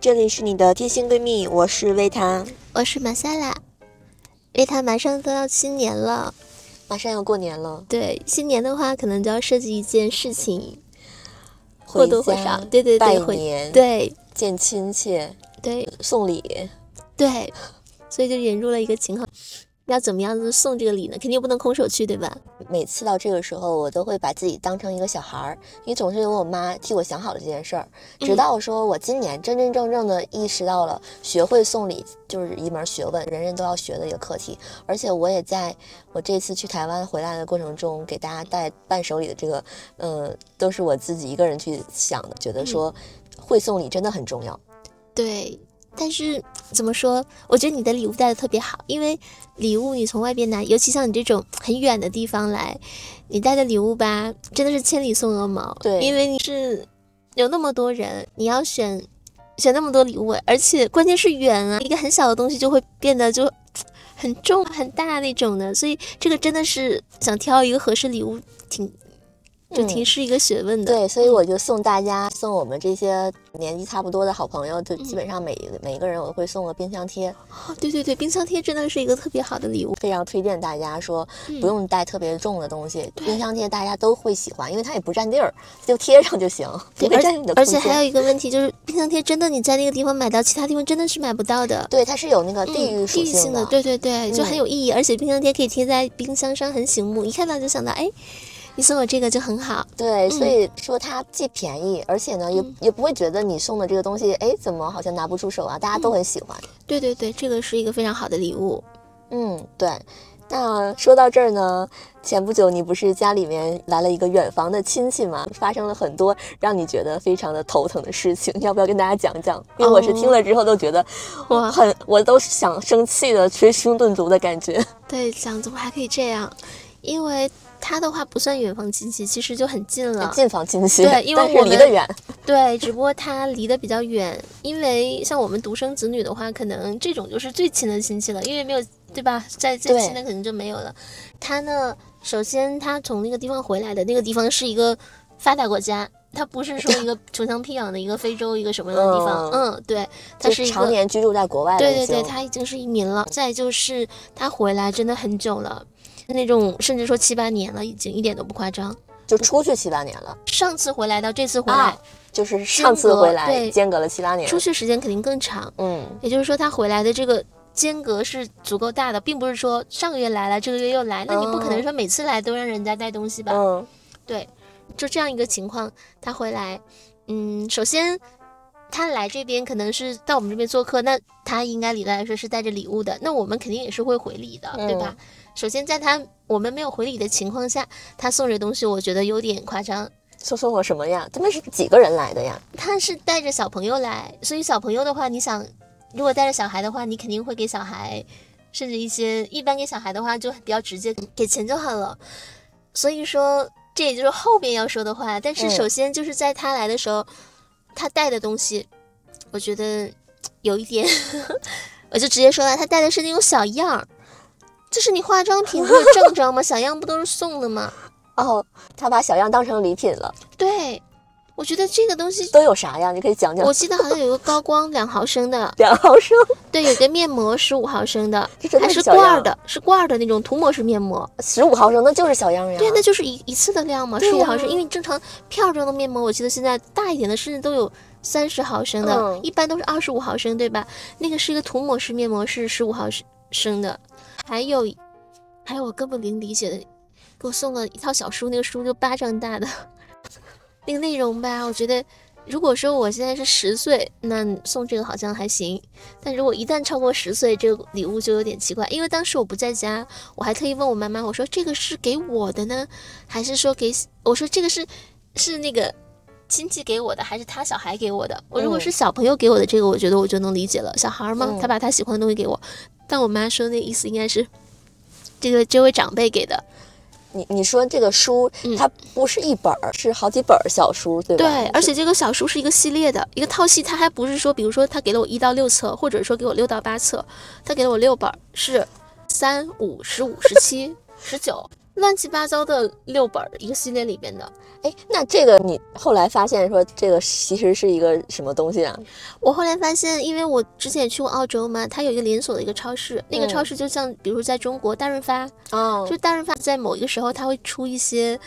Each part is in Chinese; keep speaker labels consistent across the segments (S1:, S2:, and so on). S1: 这里是你的贴心闺蜜，我是薇塔。
S2: 我是马赛拉，维塔马上都要新年了，
S1: 马上要过年了，
S2: 对，新年的话可能就要设计一件事情，或
S1: 回
S2: 多或
S1: 家
S2: 少，对对
S1: 拜
S2: 对，会，
S1: 年，，
S2: 对
S1: 见亲戚，
S2: 对
S1: 送礼，
S2: 对，所以就引入了一个情况，要怎么样子送这个礼呢？肯定不能空手去，对吧？
S1: 每次到这个时候，我都会把自己当成一个小孩儿，你总是由我妈替我想好了这件事儿，
S2: 嗯
S1: 直到说我今年真真正正的意识到了，学会送礼就是一门学问，人人都要学的一个课题。而且我也在我这次去台湾回来的过程中，给大家带伴手礼的这个，嗯，都是我自己一个人去想的，觉得
S2: 嗯
S1: 说会送礼真的很重要。
S2: 对，但是怎么说？我觉得你的礼物带的特别好，因为礼物你从外边拿，尤其像你这种很远的地方来，你带的礼物吧，真的是千里送鹅毛。
S1: 对
S2: 因为你是有那么多人，你要选选那么多礼物，而且关键是远啊，一个很小的东西就会变得就。很重啊很大那种的，所以这个真的是想挑一个合适礼物，挺就挺是一个学问的。
S1: 嗯
S2: 嗯
S1: 对，所以我就送大家，送我们这些年纪差不多的好朋友，就基
S2: 嗯
S1: 本上每一个每一个人我会送个冰箱贴，
S2: 哦对对对，冰箱贴真的是一个特别好的礼物。
S1: 非常推荐大家说
S2: 嗯
S1: 不用带特别重的东西，冰箱贴大家都会喜欢，因为它也不占地儿，就贴上就行，不
S2: 对，
S1: 会
S2: 而
S1: 占你的空
S2: 而且还
S1: 间。
S2: 有一个问题就是，冰箱贴真的你在那个地方买到，其他地方真的是买不到的。
S1: 对，它是有那个地
S2: 嗯
S1: 域呃属
S2: 地域性
S1: 的，
S2: 对对对，就很
S1: 嗯
S2: 有意义。而且冰箱贴可以贴在冰箱上，很醒目，一看到就想到，哎，你送我这个就很好。
S1: 对所以说它既便宜，而且呢也、
S2: 嗯
S1: 也不会觉得你送的这个东西，哎，怎么好像拿不出手啊？大家
S2: 嗯
S1: 都很喜欢。
S2: 对对对，这个是一个非常好的礼物。
S1: 嗯，对。那说到这儿呢，前不久你不是家里面来了一个远房的亲戚嘛，发生了很多让你觉得非常的头疼的事情，要不要跟大家讲讲？因为我是听了之后都觉得
S2: 哦哇，
S1: 很，我都是想生气的，捶胸顿足的感觉。
S2: 对，想怎么还可以这样？因为他的话不算远房亲戚，其实就很近了。
S1: 近房亲戚，
S2: 对因为
S1: 但是
S2: 我
S1: 离
S2: 们
S1: 得远，
S2: 对，只不过他离得比较远，因为像我们独生子女的话，可能这种就是最亲的亲戚了，因为没有对吧？再再
S1: 对
S2: 亲的可能就没有了。他呢，首先他从那个地方回来的那个地方是一个发达国家，他不是说 一个穷乡僻壤的一个非洲一个什么样的地方。嗯对，他
S1: 就是
S2: 一
S1: 常
S2: 个。
S1: 年居住在国外了，
S2: 对对
S1: 已经
S2: 对，他已经是移民了。再就是他回来真的很久了，那种甚至说七八年了，已经一点都不夸张。
S1: 就出去七八年了，
S2: 上次回来到这次回来，
S1: 啊就是上次
S2: 间隔
S1: 回来
S2: 对
S1: 间隔了七八年
S2: 出，去时间肯定更长。
S1: 嗯，
S2: 也就是说，他回来的这个间隔是足够大的，并不是说上个月来了，这个月又来，那你不可能说每次来都让人家带东西吧？
S1: 嗯，
S2: 对，就这样一个情况，他回来，嗯，首先他来这边可能是到我们这边做客，那他应该理论来说是带着礼物的，那我们肯定也是会回礼的，对吧？首先，在他我们没有回礼的情况下，他送这东西，我觉得有点夸张。
S1: 说说我什么呀？他们是几个人来的呀？
S2: 他是带着小朋友来，所以小朋友的话，你想，如果带着小孩的话，你肯定会给小孩，甚至一些一般给小孩的话就比较直接，给钱就好了。所以说，这也就是后边要说的话。但是
S1: 嗯
S2: 首先就是在他来的时候，他带的东西，我觉得有一点，我就直接说了，他带的是那种小样儿。就是你化妆品不是正装吗？小样不都是送的吗？
S1: 哦，他把小样当成礼品了，
S2: 对，我觉得这个东西，
S1: 都有啥呀？你可以讲讲
S2: 我。记得好像有个高光两毫升的，
S1: 两毫 升，
S2: 对，有个面膜十五毫升的，
S1: 这真的
S2: 它
S1: 是
S2: 是
S1: 小
S2: 罐儿
S1: 样
S2: 的，是罐儿的那种涂抹式面膜。
S1: 十五毫升，那就是小样呀。
S2: 对，那就是一一次的量嘛，
S1: 对
S2: 十五毫
S1: 呀
S2: 升。因为正常片儿装的面膜，我记得现在大一点的甚至都有三十毫升的，
S1: 嗯
S2: 一般都是二十五毫升，对吧？那个是一个涂抹式面膜，是十五毫升的。还有，还有我根本零理解的，给我送了一套小书，那个书就巴掌大的， 那个内容吧，我觉得。如果说我现在是十岁，那送这个好像还行。但如果一旦超过十岁，这个礼物就有点奇怪。因为当时我不在家，我还特意问我妈妈，我说这个是给我的呢，还是说给我说这个是是那个亲戚给我的，还是他小孩给我的？我如果
S1: 嗯
S2: 是小朋友给我的这个，我觉得我就能理解了，小孩儿嘛，
S1: 嗯
S2: 他把他喜欢的东西给我。但我妈说那意思应该是这个这位长辈给的，
S1: 你你说这个书，
S2: 嗯
S1: 它不是一本儿，是好几本儿小书，对吧？
S2: 对，而且这个小书是一个系列的一个套系，它还不是说，比如说他给了我一到六册，或者说给我六到八册，他给了我六本儿，是三五十五十七十九， 乱七八糟的六本儿一个系列里边的。
S1: 哎，那这个你后来发现说这个其实是一个什么东西啊？
S2: 我后来发现，因为我之前也去过澳洲嘛，它有一个连锁的一个超市，那个
S1: 嗯
S2: 超市就像比如在中国大润发，
S1: 哦
S2: 就大润发在某一个时候它会出一些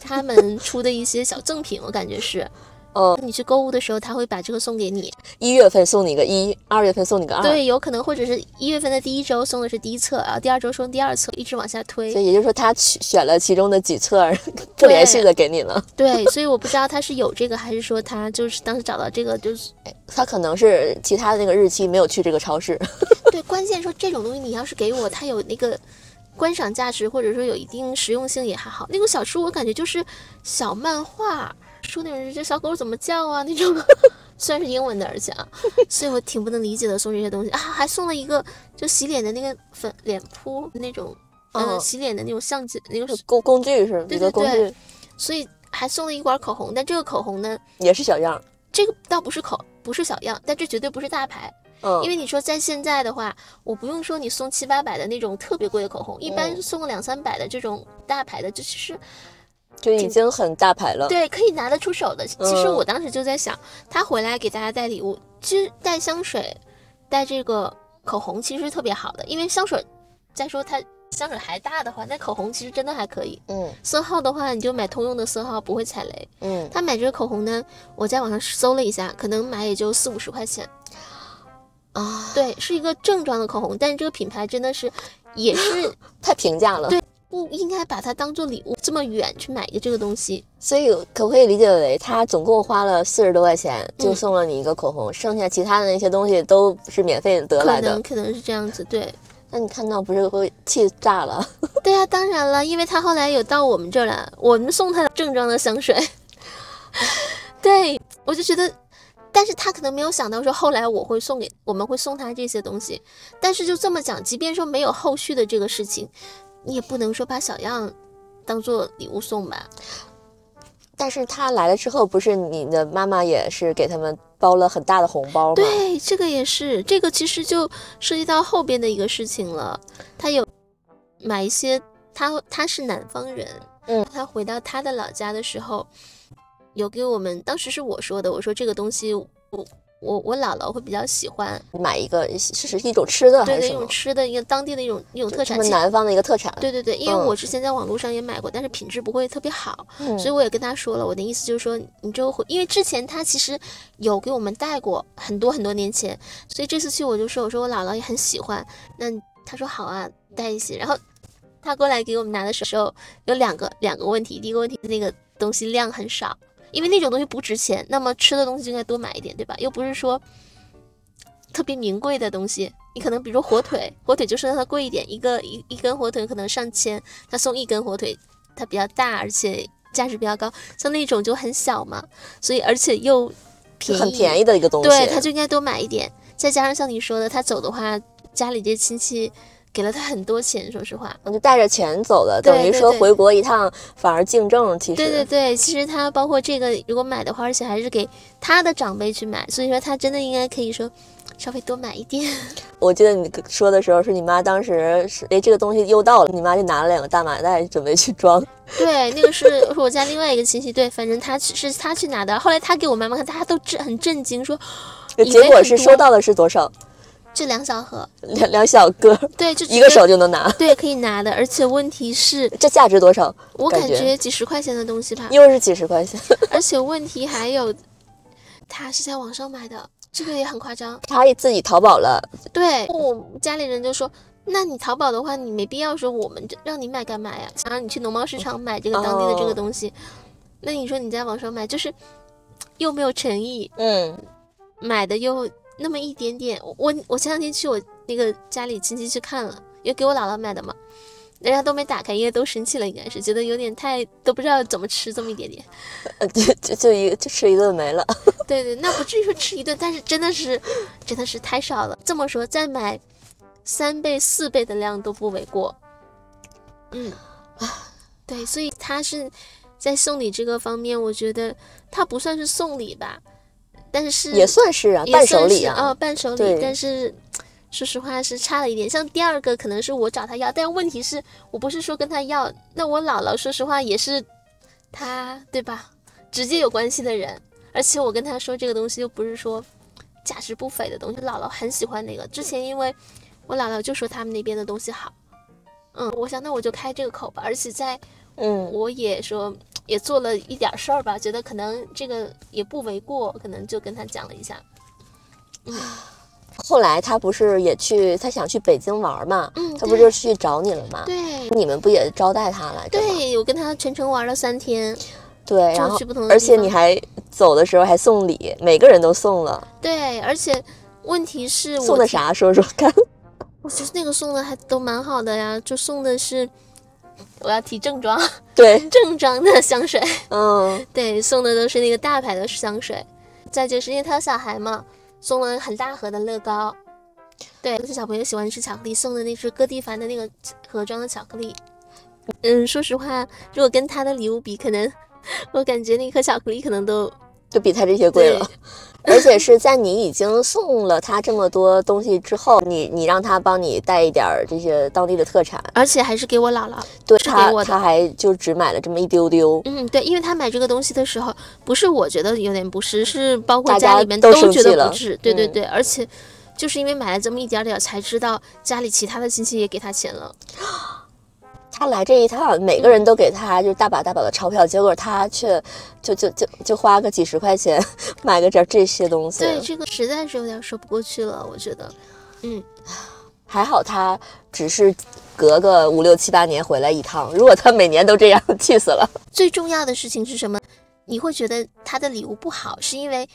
S2: 他们出的一些小赠品，我感觉是。
S1: 哦，
S2: 你去购物的时候，他会把这个送给你。
S1: 一月份送你个一，二月份送你个二，，
S2: 对，有可能或者是一月份的第一周送的是第一册，然后第二周送第二册，一直往下推
S1: 所。以也就是说他选选了其中的几册， 不连续的给你了。
S2: 对，所以我不知道他是有这个，还是说他就是当时找到这个，就是
S1: 他可能是其他的那个日期没有去这个超市，
S2: 对，关键说这种东西你要是给我，它有那个观赏价值，或者说有一定实用性也还好。那种小书我感觉就是小漫画书那种，这小狗怎么叫啊那种， 虽然是英文的，而且啊，所以我挺不能理解的送这些东西啊，还送了一个就洗脸的那个粉脸扑那种，嗯、
S1: 哦
S2: 洗脸的那种相机那个，
S1: 工工具是
S2: 对
S1: 一个工
S2: 对
S1: 具，
S2: 所以还送了一管口红，但这个口红呢，
S1: 也是小样儿。
S2: 这个倒不是口不是小样，但这绝对不是大牌。
S1: 嗯，
S2: 因为你说在现在的话，我不用说你送七八百的那种特别贵的口红，一般
S1: 嗯
S2: 送个两三百的这种大牌的，这其实
S1: 就已经很大牌了。
S2: 对可以拿得出手的。其实
S1: 嗯
S2: 我当时就在想，他回来给大家带礼物，其实带香水，带这个口红其实特别好的，因为香水，再说它香水还大的话，那口红其实真的还可以。
S1: 嗯
S2: 色号的话，你就买通用的色号，不会踩雷。
S1: 嗯，
S2: 他买这个口红呢，我在网上搜了一下，可能买也就四五十块钱。
S1: 啊，
S2: 对，是一个正装的口红，但是这个品牌真的是，也是
S1: 太平价了。
S2: 对不应该把它当做礼物这么远去买一个这个东西。
S1: 所以可不可以理解为，他总共花了四十多块钱，就送了你一个口红，剩下其他的那些东西都是免费得
S2: 可
S1: 来的
S2: 能。可能是这样子，对，
S1: 那你看到不是会气炸了？
S2: 对啊，当然了，因为他后来有到我们这儿来，我们送他正装的香水， 对我就觉得，但是他可能没有想到说后来我会送给我们会送他这些东西，但是就这么讲，即便说没有后续的这个事情，你也不能说把小样当做礼物送吧，
S1: 但是他来了之后，不是你的妈妈也是给他们包了很大的红包吗？
S2: 对，这个也是，这个其实就涉及到后边的一个事情了。他有买一些，他他是南方人，
S1: 嗯，
S2: 他回到他的老家的时候，有给我们，当时是我说的，我说这个东西我我我姥姥会比较喜欢，
S1: 买一个是是一种吃的
S2: 对
S1: 还是
S2: 的一
S1: 什么
S2: 种？吃的一个当地的一种一种特
S1: 他
S2: 产，
S1: 们
S2: 其
S1: 南方的一个特产。
S2: 对对对，因为
S1: 嗯
S2: 我之前在网络上也买过，但是品质不会特别好，
S1: 嗯，
S2: 所以我也跟他说了，我的意思就是说，你这回，因为之前他其实有给我们带过很多很多年前，所以这次去我就说，我说我姥姥也很喜欢，那他说好啊，带一些。然后他过来给我们拿的时候，有两个两个问题，第一个问题那个东西量很少，因为那种东西不值钱，那么吃的东西就应该多买一点，对吧？又不是说特别名贵的东西。你可能比如说火腿，火腿就是让它贵一点，一个一一根火腿可能上千，他送一根火腿，它比较大，而且价值比较高。像那种就很小嘛，所以而且又便宜，
S1: 很便宜的一个东西。
S2: 对，他就应该多买一点。再加上像你说的，他走的话，家里这亲戚给了他很多钱，说实话。
S1: 我就带着钱走的，
S2: 对
S1: 等于
S2: 对
S1: 说
S2: 对
S1: 回国一趟反而净挣。其实，
S2: 对对对，其实他包括这个，如果买的话，而且还是给他的长辈去买，所以说他真的应该可以说稍微多买一点。
S1: 我记得你说的时候，是你妈当时是哎这个东西又到了，你妈就拿了两个大麻袋准备去 装。
S2: 对，那个是是我家另外一个亲戚，对，反正他去是他去拿的，后来他给我妈妈看，大家都震很震惊，说以为
S1: 结果
S2: 很
S1: 是
S2: 多
S1: 收到的是多少？
S2: 这两小盒，
S1: 两两小个，
S2: 对，就
S1: 一个
S2: 觉得
S1: 手就能拿，
S2: 对，可以拿的，而且问题是，
S1: 这价值多少？
S2: 我
S1: 感
S2: 感
S1: 觉
S2: 觉几十块钱的东西吧，
S1: 又是几十块 钱，
S2: 而且问题还有，他是在网上买的，这个也很夸张。
S1: 他自己淘宝了，
S2: 对
S1: 嗯
S2: 我家里人就说，那你淘宝的话，你没必要说我们这让你买干嘛呀？想让你去农贸市场买这个当地的这
S1: 哦
S2: 个东西，那你说你在网上买，就是又没有诚意，
S1: 嗯，
S2: 买的又那么一点点。我我我前两天去我那个家里亲戚去看了，也给我姥姥买的嘛，人家都没打开，因为都生气了，应该是觉得有点太都不知道怎么吃这么一点点。
S1: 呃就就就一就吃一顿没了。
S2: 对对，那不至于说吃一顿，但是真的是真的是太少了。这么说，再买三倍四倍的量都不为过。嗯，对，所以他是在送礼这个方面，我觉得他不算是送礼吧，但是
S1: 也算是啊，
S2: 嗯也
S1: 伴
S2: 算
S1: 手礼
S2: 是
S1: 啊，
S2: 哦，伴手
S1: 对
S2: 礼，但是说实话是差了一点。像第二个可能是我找他要，但问题是我不是说跟他要，那我姥姥说实话也是他对吧？直接有关系的人，而且我跟他说这个东西又不是说价值不菲的东西，姥姥很喜欢那个。之前因为我姥姥就说他们那边的东西好，嗯，我想那我就开这个口吧，而且在
S1: 嗯，
S2: 我也说也做了一点事儿吧，觉得可能这个也不为过，可能就跟他讲了一下。
S1: 后来他不是也去，他想去北京玩嘛，
S2: 嗯
S1: 他不就去找你了吗？
S2: 对
S1: 你们不也招待他来着吗？
S2: 对，我跟他全程玩了三天，
S1: 对，然
S2: 就
S1: 后
S2: 去不同的地方。
S1: 而且你还走的时候还送礼，每个人都送了，
S2: 对，而且问题是我
S1: 送的？啥？说说看。
S2: 我觉得那个送的还都蛮好的呀，就送的是我要提正装
S1: 对，
S2: 正装的香水，
S1: 嗯，
S2: 对，送的都是那个大牌的香水。再就是因为他有小孩嘛，送了很大盒的乐高。对，就是小朋友喜欢吃巧克力，送的那是哥蒂凡的那个盒装的巧克力。嗯，说实话，如果跟他的礼物比，可能 我感觉那颗巧克力可能都
S1: 就比他这些贵了。而且是在你已经送了他这么多东西之后，你你让他帮你带一点儿这些当地的特产，
S2: 而且还是给我姥姥。
S1: 对
S2: 是
S1: 他
S2: 给我的
S1: 他还就只买了这么一丢丢，
S2: 嗯，对，因为他买这个东西的时候，不是我觉得有点不适，是包括
S1: 大
S2: 家
S1: 家
S2: 里面
S1: 都生
S2: 觉
S1: 气
S2: 得
S1: 了
S2: 不适。对对
S1: 嗯
S2: 对，而且就是因为买了这么一点点儿，才知道家里其他的亲戚也给他钱了。
S1: 他来这一趟，每个人都给他就大把大把的钞票，结果他却就就就就花个几十块钱 买个这这些东西。
S2: 对，这个实在是有点说不过去了，我觉得。
S1: 还好他只是隔个五六七八年回来一趟，如果他每年都这样， 气死了。
S2: 最重要的事情是什么？你会觉得他的礼物不好，是因为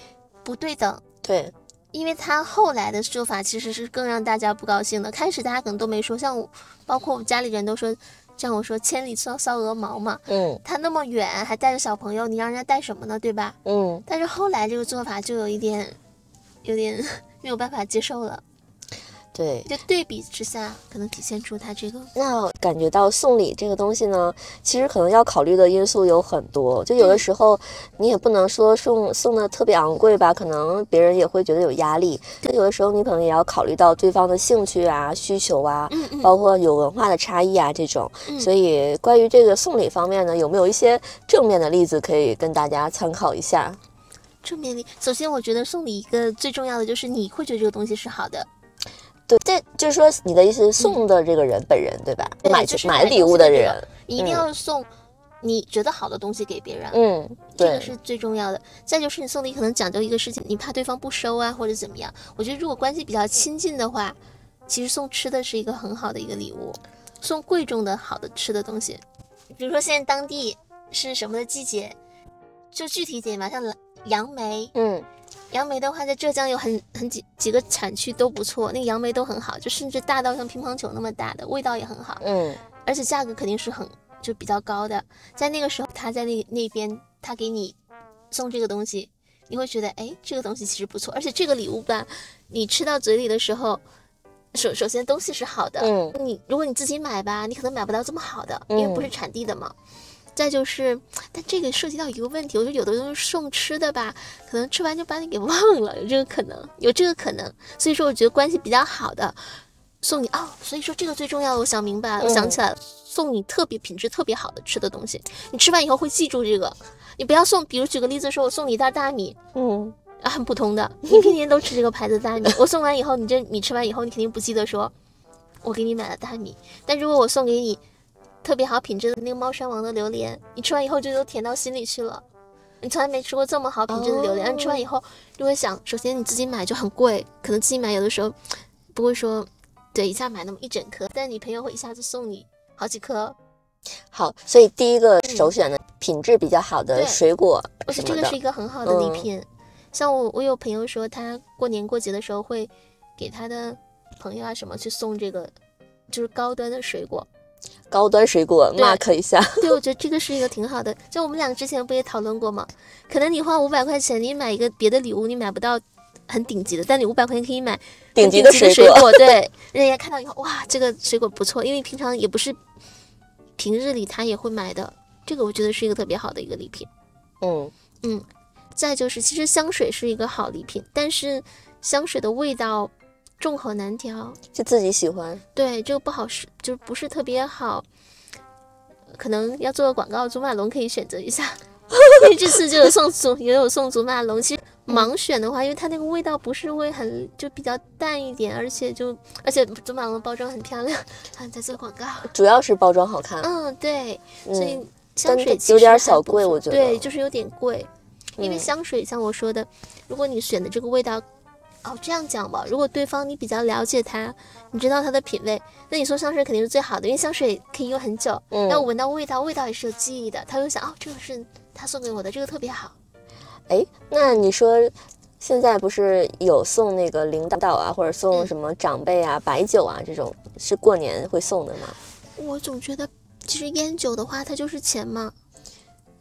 S2: 不对等，
S1: 对，
S2: 因为他后来的做法其实是更让大家不高兴的。开始大家可能都没说，像我，包括我家里人都说，像我说千里搔搔鹅毛嘛，
S1: 嗯
S2: 他那么远还带着小朋友，你让人家带什么呢？对吧？
S1: 嗯，
S2: 但是后来这个做法就有一点，有点没有办法接受了。
S1: 对。
S2: 就对比之下，可能体现出他这个
S1: 那感觉到送礼这个东西呢，其实可能要考虑的因素有很多。就
S2: 嗯
S1: 有的时候，你也不能说送送的特别昂贵吧，可能别人也会觉得有压力。就有的时候，你可能也要考虑到对方的兴趣啊、需求啊，
S2: 嗯嗯
S1: 包括有文化的差异啊这种。
S2: 嗯
S1: 所以，关于这个送礼方面呢，有没有一些正面的例子可以跟大家参考一下？
S2: 正面礼。首先，我觉得送礼一个最重要的就是你会觉得这个东西是好的，
S1: 对，这就是说你的意思，送的这个人本人对吧？
S2: 嗯对
S1: 买
S2: 就是
S1: 买
S2: 买
S1: 礼
S2: 东
S1: 物
S2: 西
S1: 的
S2: 的这
S1: 人，
S2: 你一定要送你觉得好的东西给别人，
S1: 嗯，
S2: 这
S1: 对
S2: 个，是最重要的。再就是你送礼可能讲究一个事情，你怕对方不收啊，或者怎么样。我觉得如果关系比较亲近的话，其实送吃的是一个很好的一个礼物，送贵重的好的吃的东西，比如说现在当地是什么的季节，就具体一点吧，像杨梅，
S1: 嗯
S2: 杨梅的话，在浙江有很很几几个产区都不错，那个杨梅都很好，就甚至大到像乒乓球那么大的，味道也很好，
S1: 嗯。
S2: 而且价格肯定是很就比较高的。在那个时候，他在那那边他给你送这个东西，你会觉得哎，这个东西其实不错，而且这个礼物吧，你吃到嘴里的时候，首首先东西是好的，
S1: 嗯
S2: 你如果你自己买吧，你可能买不到这么好的，因为不是产地的嘛。再就是，但这个涉及到一个问题，我觉得有的东西送吃的吧，可能吃完就把你给忘了，有这个可能，有这个可能。所以说，我觉得关系比较好的送你哦，所以说这个最重要的，我想明白了，我想起来了，送你特别品质特别好的吃的东西，你吃完以后会记住这个。你不要送，比如举个例子说，我送你一袋大米，
S1: 嗯
S2: 啊，很普通的，你天天都吃这个牌子的大米。我送完以后，你这米吃完以后，你肯定不记得说，我给你买了大米。但如果我送给你特别好品质的那个猫山王的榴莲，你吃完以后就都甜到心里去了。你从来没吃过这么好品质的榴莲，
S1: 哦
S2: 你吃完以后就会想，首先你自己买就很贵，可能自己买有的时候不会说，对，一下买那么一整颗，但你朋友会一下子送你好几颗。
S1: 好，所以第一个首选的品质比较好的
S2: 对
S1: 水果
S2: 我
S1: 什
S2: 觉得这
S1: 么
S2: 个是
S1: 的
S2: 一，个很好的礼
S1: 嗯
S2: 品。像我，我有朋友说，他过年过节的时候会给他的朋友啊什么去送这个，就是高端的水果。
S1: 高端水果
S2: 对
S1: mark 一下，
S2: 对，我觉得这个是一个挺好的。就我们俩之前不也讨论过吗？可能你花五百块钱，你买一个别的礼物，你买不到很顶级的，但你五百块钱可以买
S1: 顶
S2: 很
S1: 级
S2: 级
S1: 的
S2: 水
S1: 水果。
S2: 果对，人家看到以后，哇，这个水果不错，因为平常也不是平日里他也会买的。这个我觉得是一个特别好的一个礼品。
S1: 嗯，
S2: 再就是，其实香水是一个好礼品，但是香水的味道众口难调。
S1: 就自己喜欢，
S2: 对，这个不好是，就是不是特别好。可能要做个广告，祖马龙可以选择一下， 因为这次就有送祖，也有送祖马龙。其实
S1: 嗯
S2: 盲选的话，因为它那个味道不是会很，就比较淡一点，而且就而且祖马龙的包装很漂亮， 啊，在做广告。
S1: 主要是包装好看，
S2: 嗯，对，所以
S1: 嗯，
S2: 香
S1: 但
S2: 水
S1: 这
S2: 其
S1: 有
S2: 实
S1: 点
S2: 还
S1: 小
S2: 不
S1: 贵
S2: 错
S1: 我觉
S2: 对，
S1: 得
S2: 就是有点贵，因为
S1: 嗯
S2: 香水像我说的，如果你选的这个味道，哦，这样讲吧，如果对方你比较了解他，你知道他的品味，那你说香水肯定是最好的，因为香水可以用很久，
S1: 嗯
S2: 那我闻到味道，味道也是有记忆的，他会想，哦，这个是他送给我的，这个特别好，
S1: 哎，那你说现在不是有送那个领导啊，或者送什么长辈啊、白酒啊这种，是过年会送的吗？
S2: 我总觉得，其实烟酒的话，它就是钱嘛。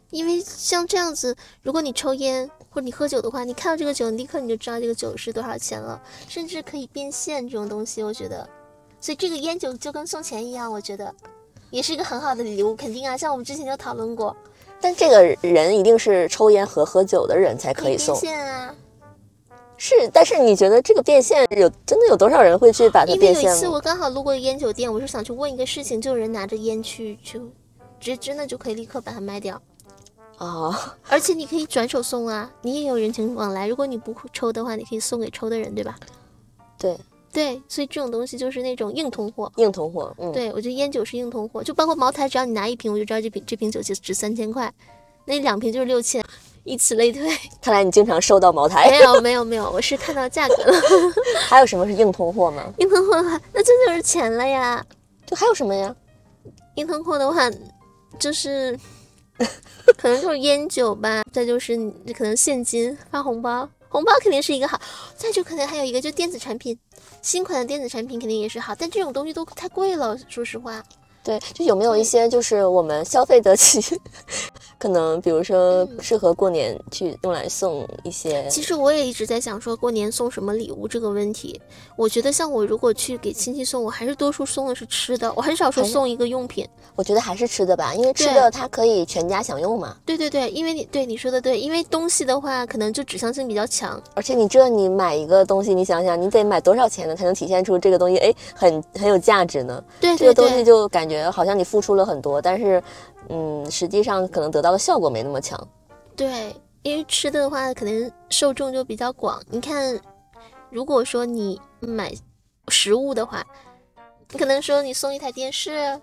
S2: 因为像这样子，如果你抽烟或者你喝酒的话，你看到这个酒，你立刻你就知道这个酒是多少钱了，甚至可以变现这种东西，我觉得。所以这个烟酒就跟送钱一样，我觉得也是一个很好的礼物，肯定啊。像我们之前就讨论过，
S1: 但这个人一定是抽烟和喝酒的人才可以
S2: 变
S1: 送，
S2: 现啊。
S1: 是。但是你觉得这个变现有真的有多少人会去把它
S2: 因为
S1: 变
S2: 有一
S1: 现
S2: 次
S1: 吗？
S2: 我刚好路过烟酒店，我就想去问一个事情，就有人拿着烟去去，直真的就可以立刻把它卖掉。
S1: 哦，
S2: 而且你可以转手送啊，你也有人情往来。如果你不抽的话，你可以送给抽的人，对吧？
S1: 对，
S2: 对，所以这种东西就是那种硬通货。
S1: 硬通货，嗯，
S2: 对，我觉得烟酒是硬通货，就包括茅台，只要你拿一瓶，我就知道这瓶这瓶酒就值三千块，那两瓶就是六千，以此类推。
S1: 看来你经常收到茅
S2: 没
S1: 台。
S2: 有没有没有，我是看到价格了，
S1: 还有什么是硬通货吗？
S2: 硬通货的话，那这就是钱了呀。
S1: 就还有什么呀？
S2: 硬通货的话，就是可能就是烟酒吧，再就是你可能现金发红包，红包肯定是一个好，再就可能还有一个就电子产品，新款的电子产品肯定也是好，但这种东西都太贵了，说实话。
S1: 对，就有没有一
S2: 嗯
S1: 些就是我们消费得起， 可能比如说
S2: 嗯
S1: 适合过年去用来送一些，
S2: 其实我也一直在想说过年送什么礼物这个问题，我觉得像我如果去给亲戚送，我还是多数送的是吃的，我很少说
S1: 还是
S2: 送一个用品。
S1: 我觉得还是吃的吧，因为吃
S2: 对
S1: 的它可以全家享用嘛。
S2: 对对对，因为你对你说的对，因为东西的话可能就指向性比较强，
S1: 而且你这你买一个东西，你想想你得买多少钱呢，才能体现出这个东西哎很很有价值呢？
S2: 对
S1: 这
S2: 对
S1: 个
S2: 对。
S1: 东西就感觉好像你付出了很多，但是嗯，实际上可能得到的效果没那么强。
S2: 对，因为吃的话，可能受众就比较广。你看，如果说你买食物的话，你可能说你送一台电视，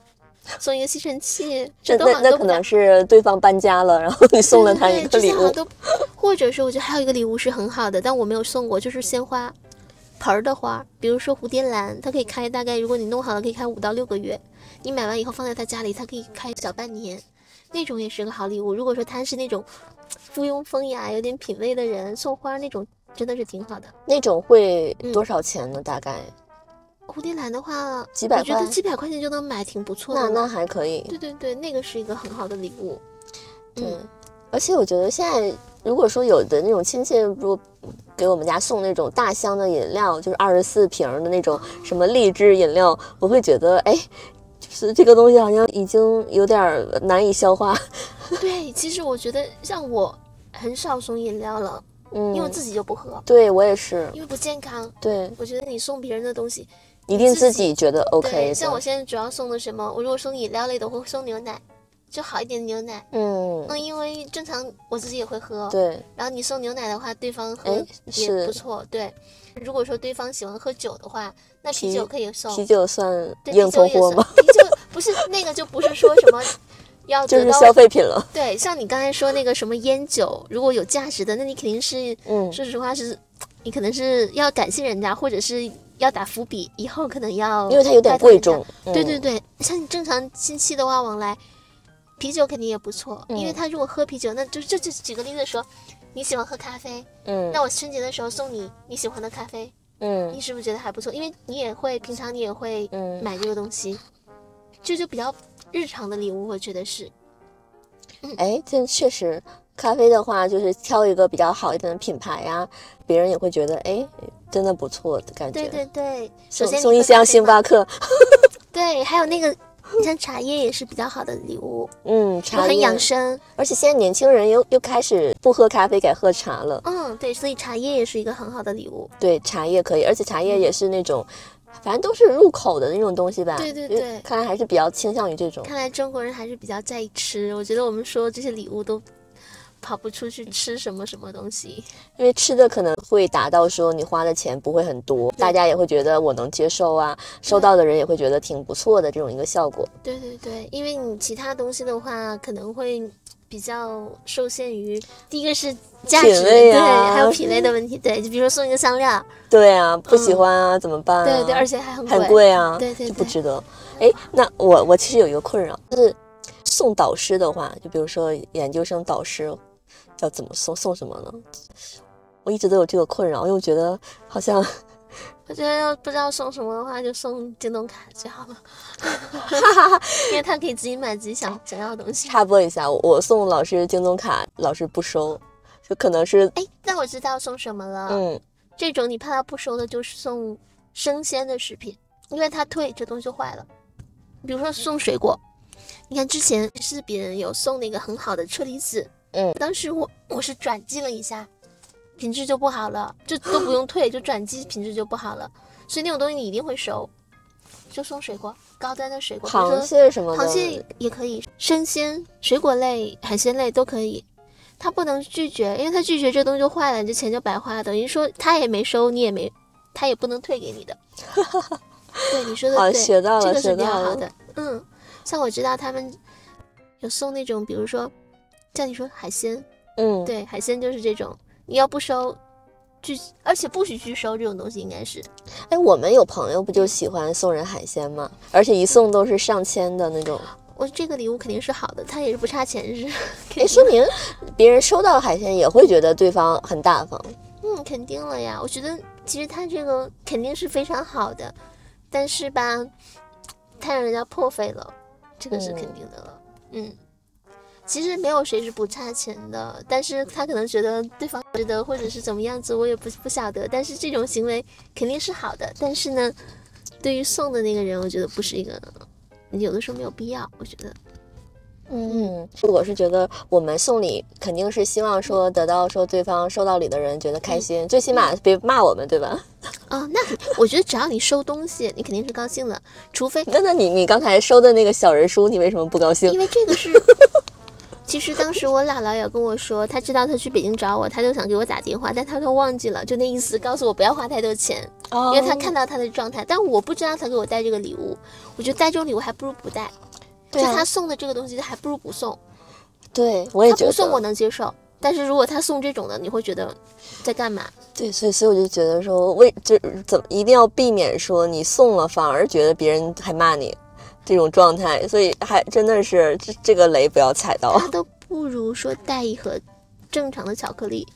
S2: 送一个吸尘器，
S1: 这
S2: 这都
S1: 那
S2: 好像
S1: 那
S2: 都
S1: 可
S2: 不太
S1: 能是对方搬家了，然后你送了他一
S2: 对对对
S1: 个礼
S2: 这些好
S1: 物
S2: 像，都， 或者是我觉得还有一个礼物是很好的，但我没有送过，就是鲜花盆儿的花，比如说蝴蝶兰，它可以开大概，如果你弄好了，可以开五到六个月。你买完以后放在他家里，它可以开小半年，那种也是个好礼物。如果说他是那种附庸风雅、有点品味的人，送花那种真的是挺好的。
S1: 那种会
S2: 嗯
S1: 多少钱呢？大概
S2: 蝴蝶兰的话，
S1: 几百
S2: 我觉得
S1: 块
S2: 几百块钱就能买，挺不错
S1: 那
S2: 的
S1: 那
S2: 了。
S1: 还可以。
S2: 对对对，那个是一个很好的礼物。
S1: 对
S2: 嗯，
S1: 而且我觉得现在如果说有的那种亲戚，如果给我们家送那种大箱的饮料，就是二十四瓶的那种什么荔枝饮料，我会觉得哎，就是这个东西好像已经有点儿难以消化。
S2: 对，其实我觉得像我很少送饮料了，因为我
S1: 嗯，
S2: 自己就不喝。
S1: 对我也是，
S2: 因为不健康。
S1: 对，
S2: 我觉得你送别人的东西
S1: 一定
S2: 自
S1: 自
S2: 己
S1: 己觉得 OK
S2: 对，像我
S1: 的。
S2: 现在主要送的什么？我如果送饮料类的，我会送牛奶，就好一点的牛奶。
S1: 嗯，
S2: 嗯，因为正常我自己也会喝。
S1: 对，
S2: 然后你送牛奶的话，对方喝
S1: 哎
S2: 也
S1: 是
S2: 不错。对，如果说对方喜欢喝酒的话，那啤
S1: 啤
S2: 酒可以送。
S1: 啤酒算
S2: 对，
S1: 硬
S2: 啤酒
S1: 通
S2: 也
S1: 货
S2: 算
S1: 吗？？
S2: 啤酒 不是那个，就不是说什么要
S1: 就
S2: 得
S1: 是
S2: 到
S1: 消费品 了。
S2: 对，像你刚才说那个什么烟酒，如果有价值的，那你肯定是
S1: 嗯，
S2: 说实话是，你可能是要感谢人家，或者是要打伏笔，以后可能要
S1: 因为它有点
S2: 拜托
S1: 贵
S2: 人家
S1: 重。。
S2: 对
S1: 嗯
S2: 对，对，像你正常亲戚的话往来，啤酒肯定也不错，因为
S1: 嗯
S2: 他如果喝啤酒，那就就就举个例子说，你喜欢喝咖啡，
S1: 嗯
S2: 那我春节的时候送你你喜欢的咖啡，
S1: 嗯
S2: 你是不是觉得还不错？因为你也会平常你也会
S1: 嗯，
S2: 买这个东西，这就比较日常的礼物，我觉得是。
S1: 哎，这确实，咖啡的话就是挑一个比较好一点的品牌呀、别人也会觉得哎，真的不错的感觉。
S2: 对对对，
S1: 送
S2: 首先你
S1: 送一
S2: 喝
S1: 箱
S2: 咖啡
S1: 星
S2: 嘛
S1: 巴克，
S2: 对，还有那个你看茶叶也是比较好的礼物，
S1: 嗯，
S2: 我
S1: 茶
S2: 很
S1: 叶
S2: 养生。
S1: 而且现在年轻人又又开始不喝咖啡，改喝茶了。
S2: 嗯，对，所以茶叶也是一个很好的礼物。
S1: 对，茶叶可以，而且茶叶也是那种，反正都是入口的那种东西吧。
S2: 嗯对对
S1: 因为
S2: 对
S1: 看来还是比较倾向于这种。
S2: 看来中国人还是比较在意吃，我觉得我们说这些礼物都跑不出去吃什么什么东西。
S1: 因为吃的可能会达到说你花的钱不会很多，大家也会觉得我能接受啊，
S2: 嗯
S1: 收到的人也会觉得挺不错的这种一个效果。
S2: 对对对，因为你其他东西的话，可能会比较受限于第一个是价值，
S1: 品味啊
S2: 对，还有品味的问题。对，就比如说送一个香料，
S1: 对啊，不喜欢啊，怎么办、啊？
S2: 嗯对对，而且还嗯很贵。
S1: 很贵啊，
S2: 对对
S1: 就不
S2: 对
S1: 值得。哎，那我我其实有一个困扰，就是送导师的话，就比如说研究生导师要怎么送送什么呢？我一直都有这个困扰，因为我觉得好 像
S2: 我觉得要不知道送什么的话，就送电动卡最好了， 因为他可以自己买自己想想要的东 西。
S1: 插播一下，我我送老师京东卡，老师不收，就可能是
S2: 哎，那我知道送什么了。
S1: 嗯
S2: 这种你怕他不收的，就是送生鲜的食品，因为他退这东西就坏了。比如说送水果，你看之前是别人有送那个很好的车厘子，
S1: 嗯
S2: 当时我我是转寄了一下，品质就不好了，就都不用退，就转寄品质就不好了，所以那种东西你一定会收，就送水果，高端的水果，比如
S1: 螃
S2: 说
S1: 蟹什么的，
S2: 螃蟹也可以，生鲜、水果类、海鲜类都可以。他不能拒绝，因为他拒绝这东西就坏了，你这钱就白花了。等于说他也没收，你也没，他也不能退给 你的。对你说的
S1: 好
S2: 对，
S1: 啊学到了
S2: 这个是
S1: 学
S2: 比较
S1: 到了
S2: 好的。嗯，像我知道他们有送那种，比如说像你说海鲜，
S1: 嗯，
S2: 对，海鲜就是这种，你要不收，拒，而且不许拒收这种东西，应该是。
S1: 哎，我们有朋友不就喜欢送人海鲜吗？而且一送都是上千的那种，
S2: 我这个礼物肯定是好的，他也是不差钱，是。
S1: 哎，说明别人收到海鲜也会觉得对方很大方。
S2: 嗯，肯定了呀。我觉得其实他这个肯定是非常好的，但是吧，他让人家破费了，这个是肯定的了。嗯其实没有谁是不差钱的，但是他可能觉得对方觉得或者是怎么样子，我也不不晓得。但是这种行为肯定是好的，但是呢，对于送的那个人，我觉得不是一个，有的时候没有必要，我觉得。
S1: 嗯，我是觉得我们送礼肯定是希望说得到说对方收到礼的人觉得
S2: 嗯
S1: 开心，最起码别骂我们，对吧？
S2: 哦，那很我觉得只要你收东西，你肯定是高兴的，除非
S1: 那那你你刚才收的那个小人书，你为什么不高兴
S2: 因？为这 个是，其实当时我姥姥也跟我说，她知道她去北京找我，她就想给我打电话，但她说忘记了，就那意思告诉我不要花太多钱，
S1: 哦
S2: 因为她看到她的状态。但我不知道她给我带这个礼物，我觉得带这种礼物还不如不带，
S1: 对
S2: 就
S1: 啊
S2: 她送的这个东西还不如不送。
S1: 对，我也
S2: 她
S1: 觉得
S2: 不送我能接受，但是如果她送这种的，你会觉得在干嘛？
S1: 对，所以所以我就觉得说为这怎么一定要避免说你送了反而觉得别人还骂你这种状态，所以还真的是这这个雷不要踩到
S2: 她。都不如说带一盒正常的巧克力。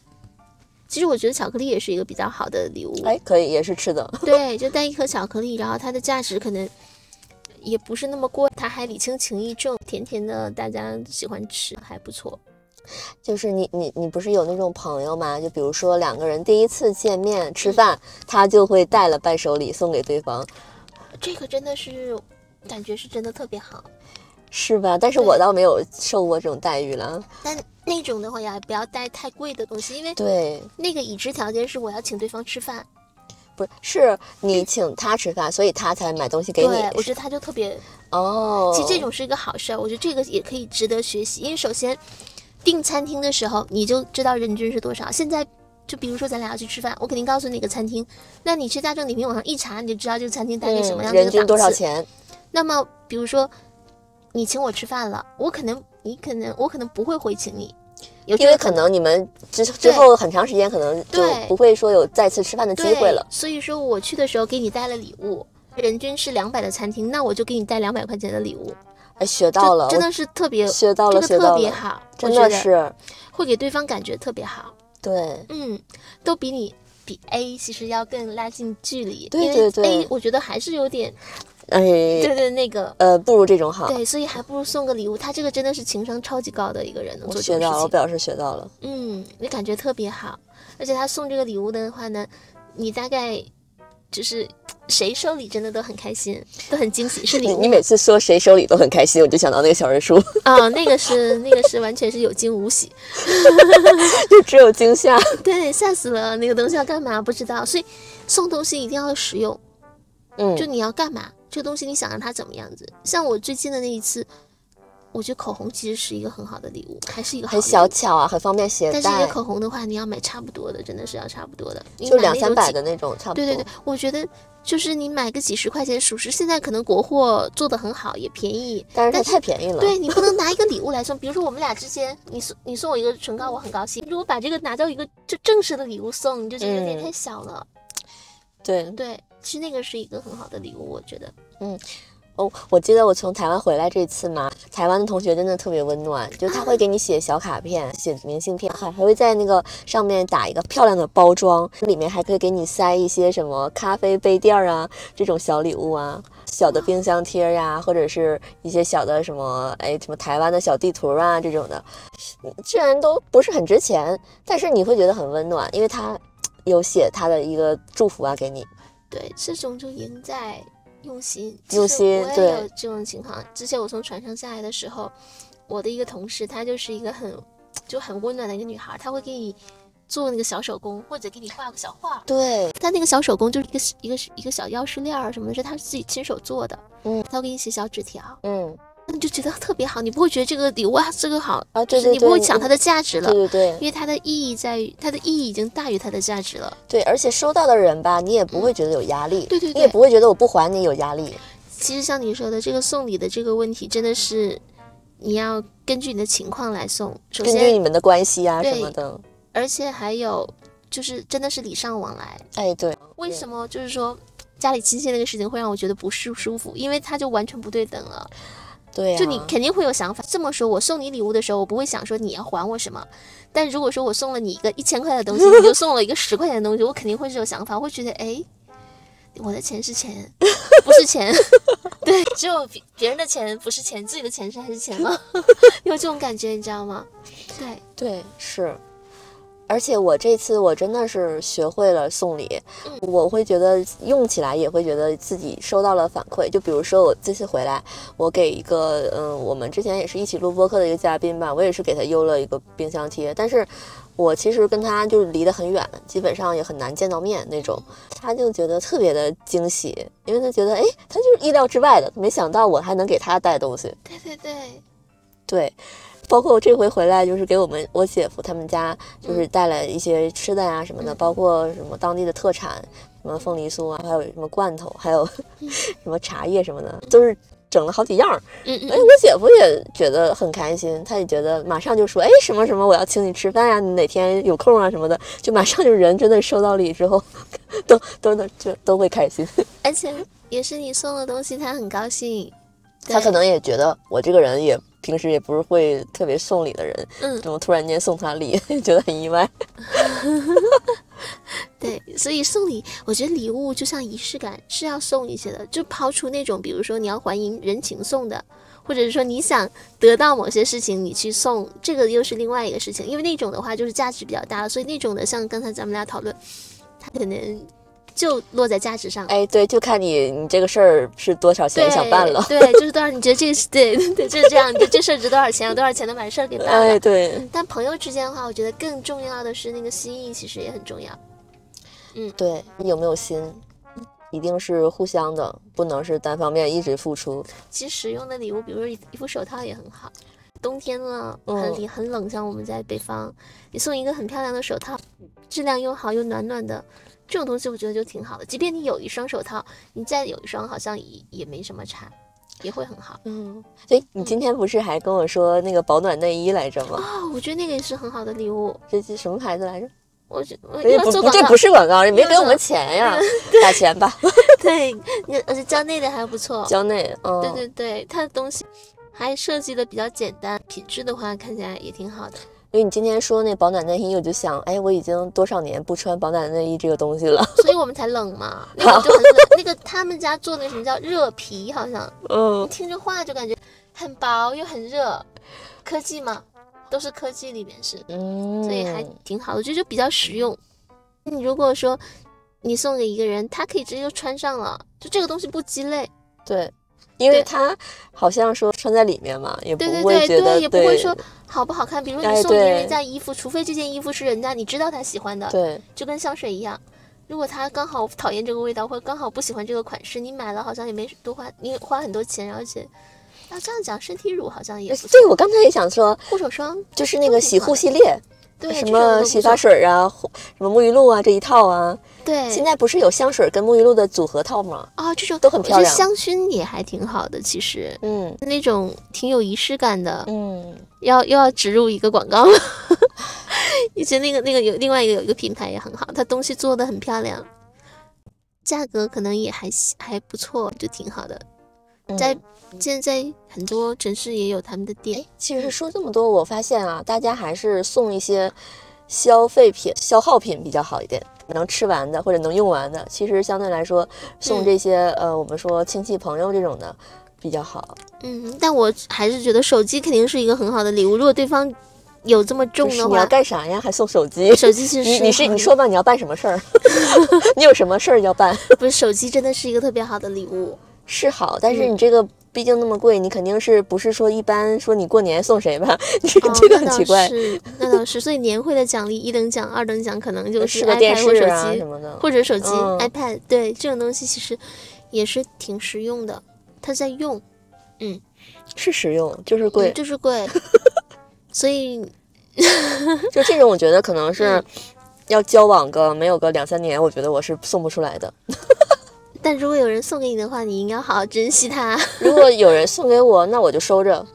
S2: 其实我觉得巧克力也是一个比较好的礼物。
S1: 哎，可以也是吃 的，
S2: 对，就带一颗巧克力，然后它的价值可能也不是那么贵，它还礼轻情意重，甜甜的，大家喜欢吃，还不错。
S1: 就是你你你不是有那种朋友吗？就比如说两个人第一次见面吃饭，他就会带了伴手礼送给对方，
S2: 这个真的是感觉是真的特别好，
S1: 是吧？但是我倒没有受过这种待遇了。
S2: 但那种的话呀，不要带太贵的东西，因为
S1: 对，
S2: 那个已知条件是我要请对方吃饭。
S1: 不是是你请他吃饭，所以他才买东西给
S2: 对
S1: 你。，
S2: 我觉得他就特别，
S1: 哦，
S2: 其实这种是一个好事啊儿，我觉得这个也可以值得学习，因为首先订餐厅的时候你就知道人均是多少，现在。就比如说咱俩要去吃饭，我肯定告诉你个餐厅，那你去大众点评网上一查，你就知道这个餐厅大概什么样
S1: 嗯、
S2: 的
S1: 人
S2: 一个
S1: 均
S2: 档
S1: 多少
S2: 次
S1: 钱？
S2: 那么比如说，你请我吃饭了，我可能你可能我可能不会回请你，有这
S1: 因
S2: 个
S1: 为可能你们之之
S2: 对
S1: 后很长时间可能就
S2: 对
S1: 不会说有再次吃饭的机
S2: 对
S1: 会了。
S2: 所以说我去的时候给你带了礼物，人均是两百的餐厅，那我就给你带两百块钱的礼物，
S1: 哎，学
S2: 这
S1: 到了，
S2: 真
S1: 我
S2: 的是特别
S1: 学到了，
S2: 这
S1: 学
S2: 个特
S1: 到
S2: 别
S1: 了，
S2: 好，我
S1: 真
S2: 觉
S1: 的
S2: 得
S1: 是
S2: 会给对方感觉特别好，
S1: 对。
S2: 嗯，都比你。比 A 其实要更拉近距离，
S1: 对
S2: 因为
S1: 对对
S2: A 我觉得还是有点
S1: 哎，
S2: 对对那个
S1: 呃，不如这种好。
S2: 对，所以还不如送个礼物。他这个真的是情商超级高的一个人，能
S1: 我
S2: 做
S1: 学
S2: 这种
S1: 到了，
S2: 事
S1: 我
S2: 情。
S1: 表示学到了。
S2: 嗯，你感觉特别好，而且他送这个礼物的话呢，你大概就是谁收礼真的都很开心，都很惊喜，是礼
S1: 你你
S2: 物
S1: 每次说谁收礼都很开心，我就想到那个小人书，
S2: 啊、那个是那个是完全是有惊无喜，
S1: 就只有惊吓。
S2: 对，吓死了，那个东西要干嘛不知道，所以送东西一定要实用，
S1: 嗯，
S2: 就你要干嘛，这个东西你想让它怎么样子。像我最近的那一次，我觉得口红其实是一个很好的礼物，还是一个好
S1: 很
S2: 礼物
S1: 小巧啊，很方便携
S2: 但是一
S1: 带
S2: 个，口红的话，你要买差不多的，真的是要差不多的，你
S1: 就
S2: 买
S1: 两
S2: 那
S1: 三
S2: 种
S1: 百
S2: 几
S1: 的那种，差不多。
S2: 对对对，我觉得就是你买个几十块钱，属实现在可能国货做的很好，也便宜。
S1: 但是它
S2: 但是
S1: 太便宜了。
S2: 对你不能拿一个礼物来送，比如说我们俩之间，你送你送我一个唇膏，我很高兴。如果把这个拿到一个就正式的礼物送，你就觉得有
S1: 嗯
S2: 点太小了。
S1: 对，
S2: 对，其实那个是一个很好的礼物，我觉得。
S1: 哦，我记得我从台湾回来这次嘛，台湾的同学真的特别温暖，就他会给你写小卡片、写明信片，还还会在那个上面打一个漂亮的包装，里面还可以给你塞一些什么咖啡杯垫儿啊这种小礼物啊，小的冰箱贴儿呀、或者是一些小的什么哎什么台湾的小地图啊这种的，嗯虽然都不是很值钱，但是你会觉得很温暖，因为他有写他的一个祝福啊给你。
S2: 对，这种就赢在用心。
S1: 用心
S2: 其实我
S1: 对
S2: 也有这种情况。之前我从船上下来的时候，我的一个同事，她就是一个很就很温暖的一个女孩，她会给你做那个小手工，或者给你画个小画。
S1: 对，
S2: 她那个小手工就是一个一个一个小钥匙链儿什么的，是她自己亲手做的。
S1: 嗯，
S2: 她会给你写小纸条，
S1: 嗯
S2: 你就觉得特别好，你不会觉得这个礼物啊这个好，
S1: 啊，
S2: 就
S1: 对
S2: 是
S1: 对对，
S2: 你不会想它的价值了
S1: 对。对对，
S2: 因为它的意义在于，它的意义已经大于它的价值了。
S1: 对，而且收到的人吧，你也不会觉得有压力，
S2: 嗯对对
S1: 你也
S2: 对
S1: 不会觉得我不还你有压力。
S2: 其实像你说的，这个送礼的这个问题，真的是你要根据你的情况来送。首
S1: 根据
S2: 先，
S1: 你们的关系啊什么
S2: 对
S1: 的，
S2: 而且还有就是真的是礼尚往来。
S1: 哎，对，
S2: 为什么就是说家里亲戚那个事情会让我觉得不是舒服？因为它就完全不对等了。
S1: 对啊呀、
S2: 就你肯定会有想法。这么说，我送你礼物的时候，我不会想说你要还我什么。但如果说我送了你一个一千块的东西，你就送了一个十块钱的东西，我肯定会是有想法，会觉得哎，我的钱是钱，不是钱。 对，只有别别人的钱不是钱，自己的钱是还是钱吗？ 有这种感觉，你知道吗？对，
S1: 对是。而且我这次我真的是学会了送礼，我会觉得用起来也会觉得自己收到了反馈。就比如说我这次回来，我给一个嗯，我们之前也是一起录播客的一个嘉宾吧，我也是给他邮了一个冰箱贴，但是我其实跟他就离得很远，基本上也很难见到面那种。他就觉得特别的惊喜，因为他觉得哎，他就是意料之外的，没想到我还能给他带东西。
S2: 对对对，
S1: 对，包括我这回回来就是给我们我姐夫他们家就是带了一些吃的呀、什么的，
S2: 嗯
S1: 包括什么当地的特产，什么凤梨酥啊，还有什么罐头，还有 什么茶叶什么的，都是整了好几样儿。
S2: 嗯嗯
S1: 哎，我姐夫也觉得很开心，他也觉得马上就说，哎，什么什么，我要请你吃饭呀、你哪天有空啊什么的，就马上就人真的收到礼之后，都都能就都会开心。
S2: 而且也是你送的东西，他很高兴。
S1: 他
S2: 对
S1: 可能也觉得我这个人也平时也不是会特别送礼的人，
S2: 嗯
S1: 怎么突然间送他礼， 觉得很意外。
S2: 对，所以送礼，我觉得礼物就像仪式感，是要送一些的。就刨除那种，比如说你要还迎人情送的，或者是说你想得到某些事情，你去送，这个又是另外一个事情。因为那种的话就是价值比较大了，所以那种的，像刚才咱们俩讨论，它可能就落在价值上。
S1: 哎，对，就看你你这个事儿是多少钱
S2: 对，
S1: 想办了。
S2: 对，就是多少？你觉得这是 对对，就是这样。你觉得这事儿值多少钱？有多少钱能把事儿给办了？
S1: 哎， 对
S2: 但朋友之间的话，我觉得更重要的是那个心意，其实也很重要。
S1: 对，你有没有心，一定是互相的，不能是单方面一直付出。
S2: 其实实用的礼物，比如说一一副手套也很好。冬天了，
S1: 嗯
S2: 很冷很冷，像我们在北方，你送一个很漂亮的手套，质量又好又暖暖的，这种东西我觉得就挺好的。即便你有一双手套，你再有一双好像也也没什么差，也会很好。
S1: 嗯，哎，你今天不是还跟我说那个保暖内衣来着吗？
S2: 哦，我觉得那个也是很好的礼物。
S1: 这这什么牌子来着？
S2: 我觉我
S1: 哎
S2: 要
S1: 不不，
S2: 做广
S1: 这
S2: 告
S1: 不，是广告，也没给我
S2: 又
S1: 们
S2: 要
S1: 钱呀， 打钱吧，
S2: 对，那而且蕉内的还不错。
S1: 蕉内。嗯，
S2: 对对对，它的东西还设计的比较简单，品质的话看起来也挺好的。
S1: 因为哎你今天说那保暖内衣，我就想，哎，我已经多少年不穿保暖内衣这个东西了。
S2: 所以我们才冷嘛。那个就很冷，那个他们家做那个什么叫热皮，好像
S1: 嗯，
S2: 听着话就感觉很薄又很热，科技嘛，都是科技里面是，
S1: 嗯，
S2: 所以还挺好的，我觉得就比较实用。你如果说你送给一个人，他可以直接就穿上了，就这个东西不鸡肋。
S1: 对，因为
S2: 对
S1: 他好像说穿在里面嘛，也不
S2: 对对
S1: 会
S2: 对
S1: 觉得
S2: 也不会说好不好看。比如
S1: 哎
S2: 你送别
S1: 对
S2: 人一件衣服，除非这件衣服是人家你知道他喜欢的，
S1: 对
S2: 就跟香水一样。如果他刚好讨厌这个味道，或者刚好不喜欢这个款式，你买了好像也没多花，你花很多钱，而且要这样讲，身体乳好像也不错，
S1: 对，我刚才也想说，
S2: 护手霜
S1: 就是那个洗护系列，
S2: 对
S1: 什
S2: 这种都
S1: 么
S2: 不
S1: 洗
S2: 错
S1: 发水啊，护什么沐浴露啊这一套啊，
S2: 对，
S1: 现在不是有香水跟沐浴露的组合套吗？
S2: 啊、这种
S1: 都很
S2: 我觉
S1: 漂
S2: 得
S1: 亮
S2: 香薰也还挺好的，其实
S1: 嗯
S2: 那种挺有仪式感的。
S1: 嗯，
S2: 要又要植入一个广告了。 以前那个那个有另外一个有一个品牌也很好，它东西做的很漂亮，价格可能也还行还不错，就挺好的。
S1: 嗯
S2: 在现在很多城市也有他们的店
S1: 哎，，其实说这么多，我发现啊，大家还是送一些消费品、消耗品比较好一点，能吃完的或者能用完的。其实相对来说，送
S2: 嗯
S1: 这些、呃，我们说亲戚朋友这种的比较好，
S2: 嗯，但我还是觉得手机肯定是一个很好的礼物。如果对方有这么重
S1: 就是
S2: 的
S1: 你要
S2: 话，
S1: 干啥呀？还送手机？
S2: 手机其实
S1: 你你是
S2: 很
S1: 你说吧，你要办什么事儿？ 你有什么事儿要办？
S2: 不是手机真的是一个特别好的礼物。
S1: 是好，但是
S2: 嗯
S1: 你这个毕竟那么贵，你肯定是不是说一般说你过年送谁吧？ 你
S2: 哦
S1: 这个很奇怪
S2: 那倒，是，那倒是。所以年会的奖励，一等奖、二等奖可能就是是
S1: 呃个电
S2: iPad 或
S1: 视
S2: 手
S1: 啊
S2: 机
S1: 什么的。
S2: 或者手机、
S1: 嗯
S2: iPad，对这种东西其实也是挺实用的。它在用，
S1: 是实用，就是贵
S2: 嗯，就是贵， 所以
S1: 就这种，我觉得可能是
S2: 嗯
S1: 要交往个没有个两三年，我觉得我是送不出来的。
S2: 但如果有人送给你的话，你应该好好珍惜它。
S1: 如果有人送给我，那我就收着。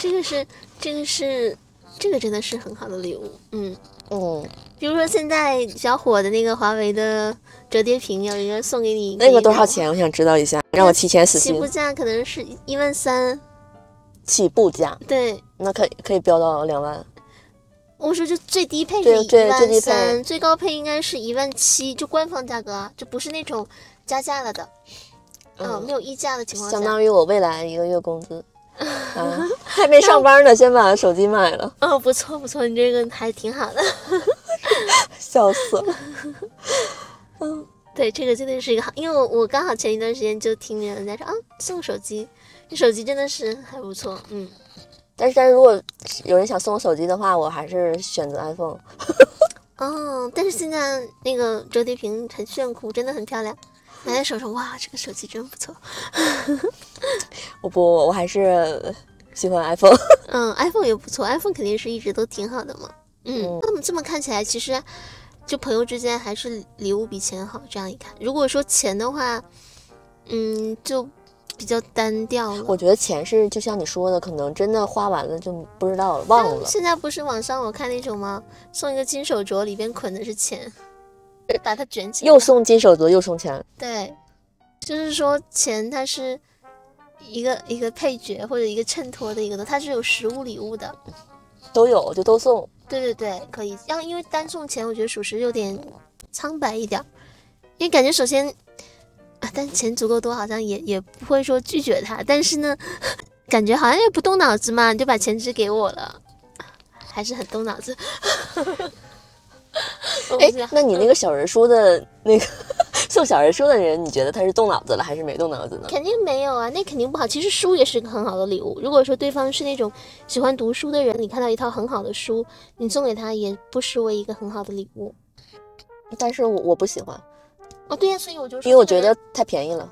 S2: 这个是，这个是，这个真的是很好的礼物。嗯，
S1: 嗯，
S2: 比如说现在比较火的那个华为的折叠屏，有一个送给你
S1: 那个多少？钱？我想知道一下，让我提前死
S2: 起
S1: 心
S2: 步。价可能是一万三，
S1: 起步价，
S2: 对，
S1: 那可以可以飙到两万。
S2: 我说就最低配
S1: 对
S2: 是
S1: 对
S2: 一
S1: 最
S2: 万
S1: 低
S2: 三，最高配应该是一万七，就官方价格啊，就不是那种加价了的，嗯、
S1: 嗯
S2: 没有溢价的情况
S1: 相
S2: 下，
S1: 当于我未来一个月工 资。啊，还没上班呢，先把手机卖了，
S2: 嗯、不错不错，你这个还挺好的，
S1: 笑死 了。
S2: 对，这个真的是一个好，因为我我刚好前一段时间就听人家说啊，送手机，这手机真的是还不错，嗯，
S1: 但是，但是如果有人想送我手机的话，我还是选择 iPhone。
S2: 哦，但是现在那个折叠屏很炫酷，真的很漂亮，拿在手上，哇，这个手机真不错，
S1: 我不，我还是喜欢 iPhone。
S2: 嗯，iPhone 也不错，iPhone 肯定是一直都挺好的嘛。嗯
S1: 嗯，
S2: 那么这么看起来，其实就朋友之间还是礼物比钱好。这样一看，如果说钱的话，嗯，就比较单调了。
S1: 我觉得钱是就像你说的，可能真的花完了就不知道了，忘了。
S2: 现在不是网上我看那种吗？送一个金手镯，里边捆的是钱，把它卷起来。
S1: 又送金手镯，又送钱，
S2: 对，就是说钱它是一个一个配角或者一个衬托的一个东西，它是有实物礼物的。
S1: 都有就都送。
S2: 对对对，可以。要因为单送钱，我觉得属实有点苍白一点，儿，因为感觉首先，啊，但钱足够多，好像也也不会说拒绝他，但是呢， 感觉好像也不动脑子嘛，你就把钱只给我了，还是很动脑子。 我不
S1: 哎
S2: 知道，嗯
S1: 那你那个小人书的那个送小人书的人，你觉得他是动脑子了还是没动脑子呢？
S2: 肯定没有啊，那肯定不好。其实书也是个很好的礼物。如果说对方是那种喜欢读书的人，你看到一套很好的书，你送给他也不失为一个很好的礼物。
S1: 但是我我不喜欢，
S2: 哦，对呀、所以我就说
S1: 因为我
S2: 这
S1: 觉
S2: 个人
S1: 得太便宜了。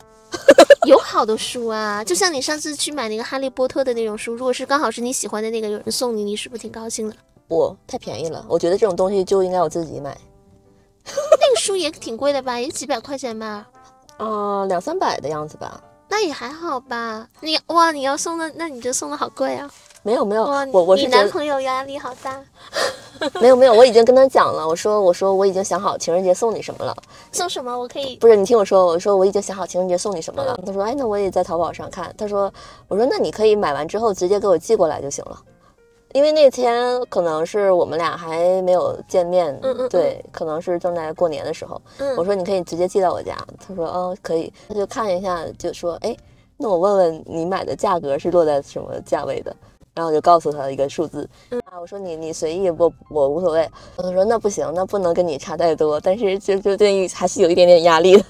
S2: 有好的书啊，就像你上次去买那个《哈利波特》的那种书，如果是刚好是你喜欢的那个，有人送你，你是不是挺高兴的？
S1: 我太便宜了，我觉得这种东西就应该我自己买。
S2: 那个书也挺贵的吧，也几百块钱吧，哦
S1: 啊、两三百的样子吧。
S2: 那也还好吧。你哇，你要送的，那你就送的好贵啊！
S1: 没有没有
S2: 哇，，
S1: 我我
S2: 你
S1: 是觉
S2: 男
S1: 得
S2: 朋友压力好大，
S1: 没有没有，我已经跟他讲了，我说我说我已经想好情人节送你什么了。
S2: 送什么我可以
S1: 不是你听我说，我说我已经想好情人节送你什么了
S2: 嗯。
S1: 他说，哎，那我也在淘宝上看。他说，我说那你可以买完之后直接给我寄过来就行了。因为那天可能是我们俩还没有见面，
S2: 嗯嗯嗯
S1: 对，可能是正在过年的时候。
S2: 嗯
S1: 我说你可以直接寄到我家，他说哦可以，他就看一下就说，哎，那我问问你买的价格是落在什么价位的。然后我就告诉他一个数字，
S2: 嗯
S1: 啊，我说你你随意，我我无所谓。我说那不行，那不能跟你差太多，但是就就对于还是有一点点压力的。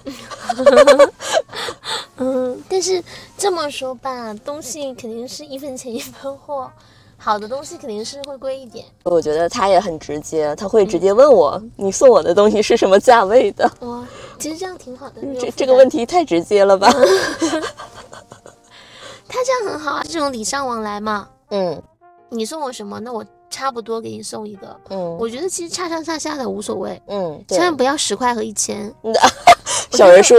S2: 嗯，但是这么说吧，东西肯定是一分钱一分货，好的东西肯定是会贵一点。
S1: 我觉得他也很直接，他会直接问我
S2: 嗯
S1: 你送我的东西是什么价位的，
S2: 哇，其实这样挺好的。没
S1: 嗯
S2: 嗯有
S1: 这
S2: 负
S1: 这个
S2: 担
S1: 问题太直接了吧？
S2: 他这样很好啊，这种礼尚往来嘛。
S1: 嗯
S2: 你送我什么，那我差不多给你送一个。
S1: 嗯
S2: 我觉得其实差上下下的无所谓，
S1: 嗯，对
S2: 千，万不要十块和一千。
S1: 小人书，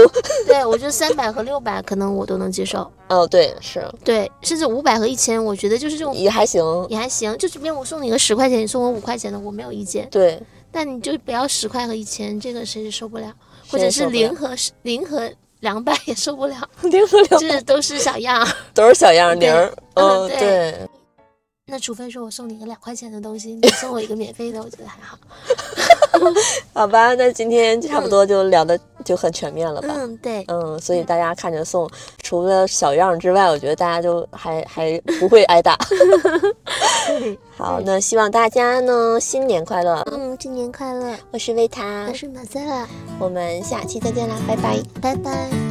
S2: 对我觉得三百和六百可能我都能接受，
S1: 哦对，是
S2: 对，甚至五百和一千，我觉得就是这种
S1: 也还行，
S2: 嗯也还行。就即便我送你个十块钱，你送我五块钱的，我没有意见。
S1: 对，
S2: 但你就不要十块和一千，这个谁也受不了，或
S1: 谁也
S2: 者
S1: 受
S2: 是
S1: 不了
S2: 零和十零和两百也受不了，
S1: 零和两
S2: 这都是小样儿。
S1: 都是小样儿零儿，
S2: 对
S1: 嗯
S2: 嗯对
S1: 对，
S2: 那除非说我送你一个两块钱的东西，你送我一个免费的，我觉得还好。
S1: 好吧，那今天差不多就聊的就很全面了吧。
S2: 嗯，对，
S1: 嗯，所以大家看着送，除了小样儿之外，我觉得大家就还还不会挨打。 好，那希望大家呢新年快乐！
S2: 嗯，新年快乐！
S1: 我是维塔
S2: 嗯我，是马赛拉，
S1: 我们下期再见啦，拜拜。
S2: 拜拜。